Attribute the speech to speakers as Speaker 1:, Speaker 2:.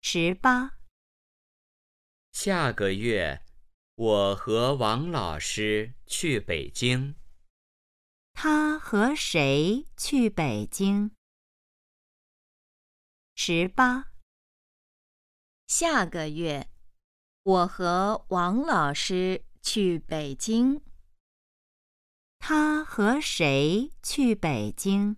Speaker 1: 十八、
Speaker 2: 下个月我和王老师去北京，
Speaker 1: 他和谁去北京？十八、
Speaker 3: 下个月，我和王老师去北京。
Speaker 1: 他和谁去北京？